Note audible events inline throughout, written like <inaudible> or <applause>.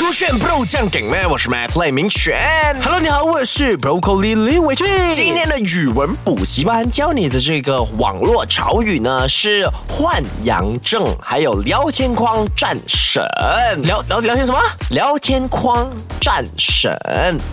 勾选 Bro 酱梗咩？我是 Matt 赖明全。Hello，你好，我是 Broccoli 李伟俊。今天的语文补习班教你的这个网络潮语呢，是换阳症，还有聊天框战神。聊聊聊些什么？聊天框战神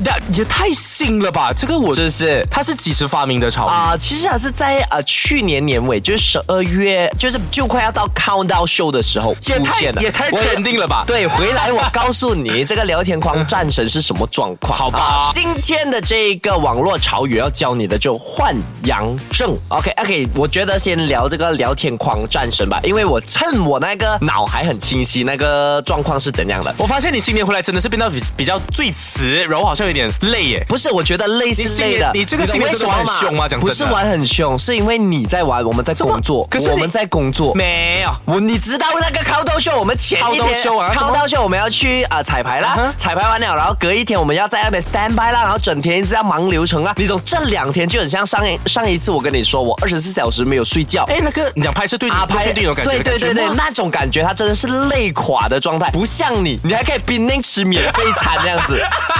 呀，也太新了吧！这个我是不是？它是几时发明的潮语？啊、其实啊是在啊、去年年尾，就是十二月，就是就快要到 countdown show 的时候出也太现了，也太我肯定了吧对，回来我告诉你这个聊天框战神是什么状况。好吧今天的这个网络潮语要教你的就换阳症。OK OK，我觉得先聊这个聊天框战神吧，因为我趁我那个脑还很清晰，那个状况是怎样的。我发现你新年回来真的是变得比比较最词，然后好像有点累耶。不是，我觉得累你是新累年的。你这个懂新年为真的什么玩很凶吗讲真不的是玩很凶，是因为你在玩，我们在工作，可是你我们在工作。没有，我你知道那个 countdown show，我们前一 Countdown 天 show 啊什么 countdown show 我们要去啊、呃彩排啦啊哈彩排完了，然后隔一天我们要在那边 stand by 啦，然后整天一直在忙流程啦。啊你懂，这两天就很像上一上一次我跟你说我二十四小时没有睡觉，哎，那个你想拍是对啊你拍是对那种感觉对的对感觉对对吗，那种感觉，他真的是累垮的状态，不像你，你还可以拼命吃免费餐这样 <laughs> 子，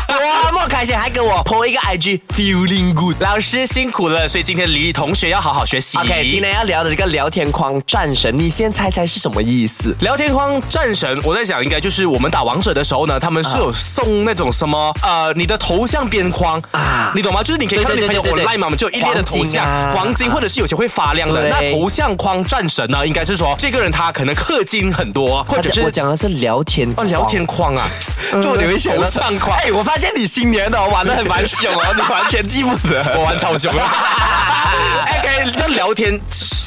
多么开心！还给我 po 一个 IG feeling good。老师辛苦了，所以今天李同学要好好学习。 OK，今天要聊的这个聊天框战神，你先猜猜是什么意思？聊天框战神，我在想应该就是我们打王者的时候呢，他们是有送那种什么呃，你的头像边框啊啊，你懂吗？就是你可以看到你对对朋友对对对 online 嘛，我们就有一列的头黄金像啊黄金，或者是有些会发亮的。对那头像框战神呢，应该是说这个人他可能氪金很多，或者我讲我是讲的是聊天哦框聊天框啊，这么你会想到头像框。哎， <laughs> 我发现你新年的玩的还蛮凶啊哦，你完全记不得。 <laughs> 我玩超凶啊了。哎，可以叫聊天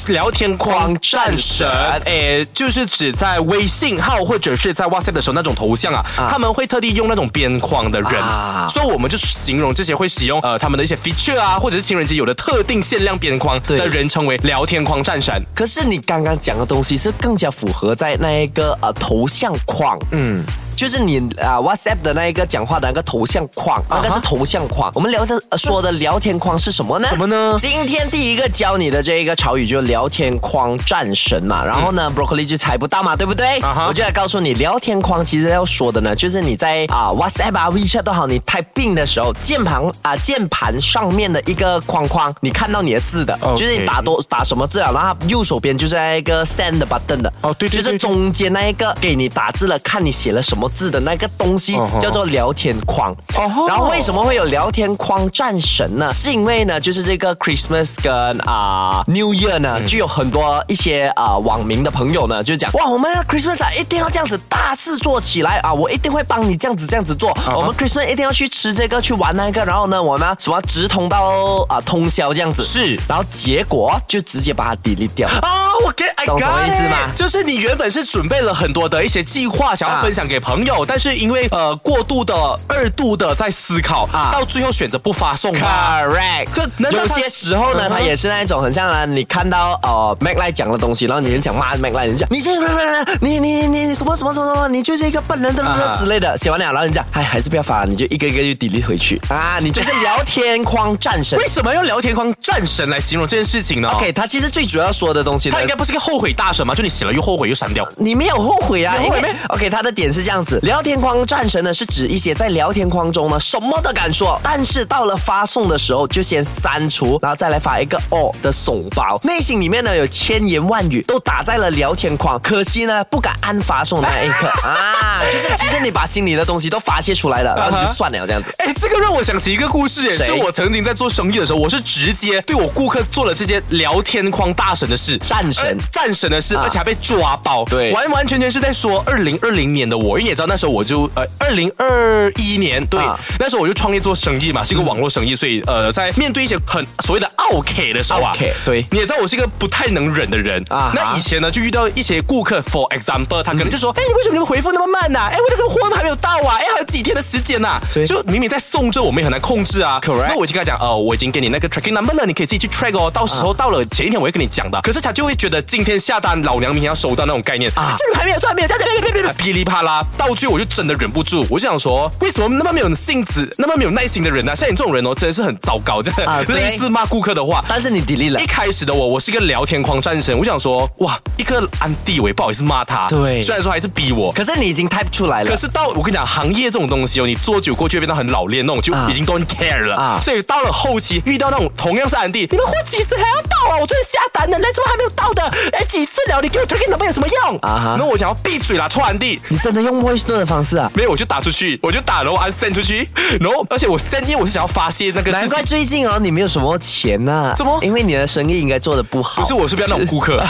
聊天框战神，哎，就是指在微信号或者是在 WhatsApp 的时候那种头像啊，他们会特地用那种边框的人，啊所以我们就形容这些会使用呃他们的一些 feature 啊，或者是情人节有的特定限量边框对的人称为聊天框战神。可是你刚刚讲的东西是更加符合在那一个呃头像框，嗯。就是你啊、WhatsApp 的那一个讲话的那个头像框那啊个是头像框。我们聊的、呃说的聊天框是什么呢？什么呢今天第一个教你的这一个潮语就聊天框战神嘛，然后呢、b r o c c o l i 就猜不到嘛，对不对嗯啊哈我就来告诉你，聊天框其实要说的呢，就是你在啊、WhatsApp 啊 WeChat 都好，你 typing 的时候，键盘啊、键盘上面的一个框框，你看到你的字的 OK 就是你打多打什么字啊，然后它右手边就是那一个 send 的 button 的，哦对对就是对对中间那一个给你打字了，看你写了什么字的那个东西哦吼叫做聊天框。哦吼然后为什么会有聊天框战神呢？是因为呢，就是这个 Christmas 跟啊、New Year 呢，嗯就有很多一些啊、网民的朋友呢，就讲哇，我们 Christmas 啊一定要这样子大事做起来啊，我一定会帮你这样子这样子做。啊我们 Christmas 一定要去吃这个去玩那个，然后呢，我们什么直通到啊、通宵这样子。是然后结果就直接把它 delete 掉。啊，我给 I 懂什么 got 意思吗 it 就是你原本是准备了很多的一些计划，想啊要分享给朋友，但是因为呃过度的、二度的在思考，啊到最后选择不发送嘛。 Correct，可那那有他些时候呢，嗯哼他也是那一种很像啊，你看到呃 Mac Lie 讲的东西，然后你很想骂 Mac Lie，你讲你这 <laughs> 你你你你什么什么什么什么，你就是一个笨人，对不对啊之类的。写完了，然后你讲，哎，还是不要发，你就一个一个就 delete 回去啊，你就是聊天框战神为。什么用聊天框战神来形容这件事情呢 OK，他其实最主要说的东西呢他应该不是个后悔大神吗？就你写了又后悔又删掉。你没有后悔啊？你有后悔因为咩 OK，他的点是这样子：聊天框战神呢，是指一些在聊天框中呢什么都敢说，但是到了发送的时候就先删除，然后再来发一个哦的怂包，内心里面呢有千言万语都打在了聊天框，可惜呢不敢按发送的那一 <laughs> 刻啊，就是其实你把心里的东西都发泄出 <laughs> 来了，然后你就算了这样子。哎，这个让我想起一个故事耶，谁是我曾经在做生意的时候，我是直接对我顾客做了这件聊天框大神的事，战神呃战神的事，啊而且还被抓包，对完完全全是在说二零二零年的我，因为你也知道那时候我就呃二零二一年，对啊，那时候我就创业做生意嘛，是一个网络生意，所以呃，在面对一些很所谓的 OK 的时候啊 OK，对你也知道我是一个不太能忍的人啊啊，那以前呢就遇到一些顾客，for example，他可能就说，哎，你为什么你们回复那么慢呐？哎，我这个货还没有到啊，哎，还有几天的时间呐，对就明明在送这，我们也很难控制啊。 Correct 哦那我已经跟他讲，呃，我已经给你那个 tracking number 了，你可以自己去 track 哦。到时候到了前一天我会跟你讲的。可是他就会觉得今天下单，老娘明天要收到那种概念啊啊。这里还没有，这里还没有，这里还没有这里还没有，噼里啪啦，到最后我就真的忍不住，我就想说，为什么那么没有性子，那么没有耐心的人呢、像你这种人哦，真的是很糟糕，这啊对类似骂顾客的话。但是你 delete 了一。开始的我，我是一个聊天狂战神，我想说，哇，一个安地我也不好意思骂他，对虽然说还是逼我，可是你已经 type 出来了可，是到我跟你讲，行业这种东西哦，你做久过就会变得很老练那种，就啊已经 don't care 了。啊所以到了后期遇到那种同样是安迪，你们货几时还要到啊？我昨天下单的，那怎么还没有到的？哎，几次了，你给我推给老板有什么用？啊哈啊那我想要闭嘴啦，臭安迪。你真的用 voice note 的方式啊？没有，我就打出去，我就打，然后按 send 出去，然后而且我 send，因为我是想要发泄那个自己。难怪最近哦，你没有什么钱呐、怎么因为你的生意应该做的不好。不是，我是不要那种顾 <laughs> 客，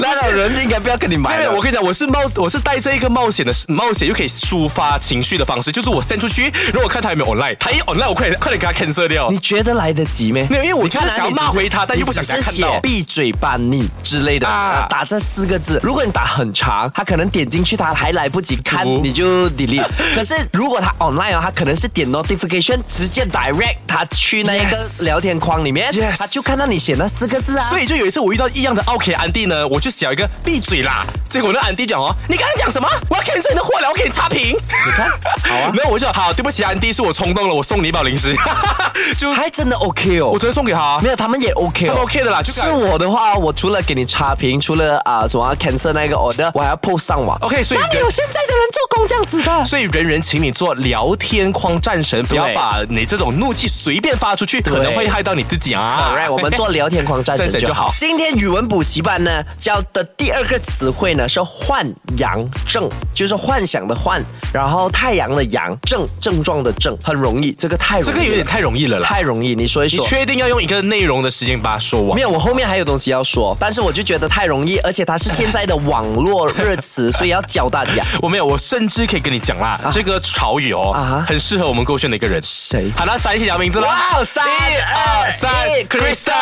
那种人应该不要跟你没买了。哎有，我跟你讲，我是冒，我是带着一个冒险的冒险，又可以抒发情绪的方式，就是我 send 出去，然后我看他有没有 online，他一 online，我快点快点给他 cancel 掉。你觉得来得及没？没有因为我你看就是想要你只骂回他但又不想给他你只是看到写闭嘴吧你之类的、啊打这四个字。如果你打很长，他可能点进去，他还来不及看，读你就 delete。可是如果他 online 哦，他可能是点 notification，直接 direct 他去那一个 Yes 聊天框里面 Yes 他就看到你写那四个字啊。所以就有一次我遇到一样的 OK 安迪呢，我就想一个闭嘴啦。结果那安迪讲哦，你刚刚讲什么？我要 cancel 你的货了，我给你差评。你 <laughs> 看，好啊。然后我就好，对不起，安迪，是我冲动了，我送你一包零食。 <laughs> 就还真的 OK 哦我。昨天送给他，啊没有，他们也 OK 哦他们 OK 的啦就是我的话，我除了给你差评，除了啊、什么 cancel 那个 order，我还要 post 上网。 OK，所以啊哪里有现在的人做工这样 <laughs> 子的？所以人人请你做聊天框战神，不要对把你这种怒气随便发出去，可能会害到你自己啊。 All right，我们做聊天框战神战神就就好好。今天语文补习班呢教的第二个词汇呢是幻阳症，就是幻想的幻，然后太阳的阳，症症状的症，很容易，这个太容易这了个有点太容易了啦。太容易，你说一你说。确定要用一个内容的时间把它说完没？有，我后面还有东西要说，但是我就觉得太容易，而且它是现在的网络 <laughs> 热词，所以要教大家。我没有，我甚至可以跟你讲啦，这个潮语哦，啊哈很适合我们勾选的一个人。谁好了，三一起讲名字了。哇，三一二二三三，Kristen。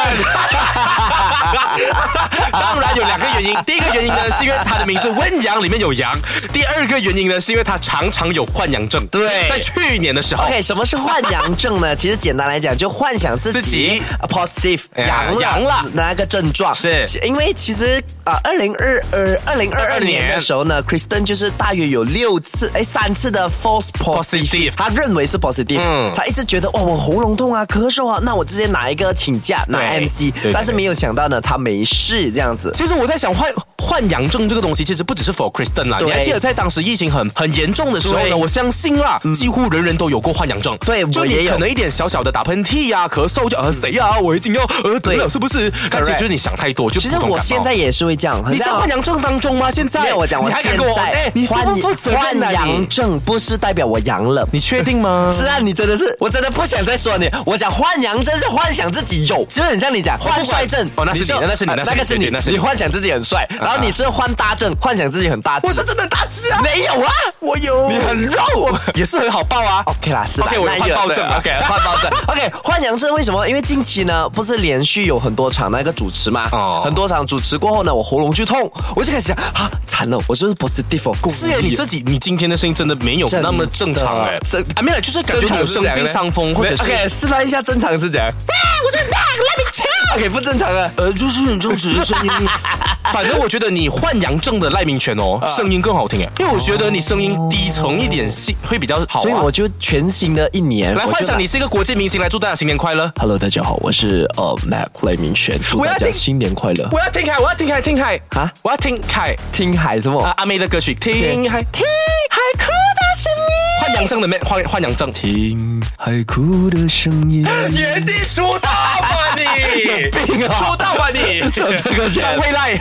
当然有两个原因，第一个原因呢是因为他的名字温阳里面有阳，第二个原因呢是因为他常常有幻阳症。对在去年的时候。 OK，什么是幻阳 <laughs> 症呢？其实简单来讲，就幻想自己自己呃 positive 哎呀阳了阳了那个症状，是其因为其实啊，二零二呃二零二二22年的时候呢，Kristen 就是大约有六次哎三次的 false positive， Positive 他认为是 positive，嗯他一直觉得哦我喉咙痛啊咳嗽啊，那我直接拿一个请假拿对 MC，对但是没有想到呢他没事这样子。其实我在想换换阳症这个东西，其实不只是 for Kristen 啦，对你还记得在当时疫情很很严重的时候对嗯呢，我相信啦，几乎人人都有过换阳症。对就我你也有可能一点小小的打喷嚏呀、咳嗽就呃谁呀、我已经要呃得了是不是？但其实就是你想太多，就其实普通感我冒现在。也是会这样，很你在像换阳症当中吗？现在没有，我讲我你还现敢跟我在哎，你患不负责任的患阳你，症不是代表我阳了。你确定吗？是啊，你真的是，我真的不想再说你。我讲幻阳症是幻想自己有，就是很像你讲幻帅症，哦那是你就那是你啊那是你那个是对你对，那是你你啊幻想自己很帅，然后你是患大症，幻想自己很大只。我是真的大只啊！没有啊，我有，你很肉，也是很好抱啊。 OK 啦，是啦 OK，我那有也患暴症对啊 OK 患暴症。OK，幻 <laughs> 阳症为什么？因为近期呢，不是连续有很多场那个主持嘛，哦很多场主持过后呢，我喉咙就痛，我就开始想啊，惨了，我是不是 positive 哦？是耶，你自己你今天的声音真的没有真的那么正常哎，正啊没有，就是感觉你有生病伤风或者是 OK，示范一下正常是怎样。我是 OK，不正常啊。呃，就是你这种只是声 <laughs> 音，反正我觉得你换阳症的赖明权哦，声音更好听哎，因为我觉得你声音低沉一点是会比较好啊。所以我就全新的一年，来我就幻想你。是一个国际明星，来祝大家新年快乐。 Hello，大家好，我是呃 Mac 赖明轩，祝我要大家听新年快乐。 <laughs> 我要听海，我要听海，听海啊我要听海听海什么？啊！阿妹的歌曲，听海，听海哭的声音。换阳症的妹，换换阳 <laughs> 症，听海哭的声 <laughs> 音。原地出道吧你， <laughs> 病啊出道吧你，唱这个张惠赖。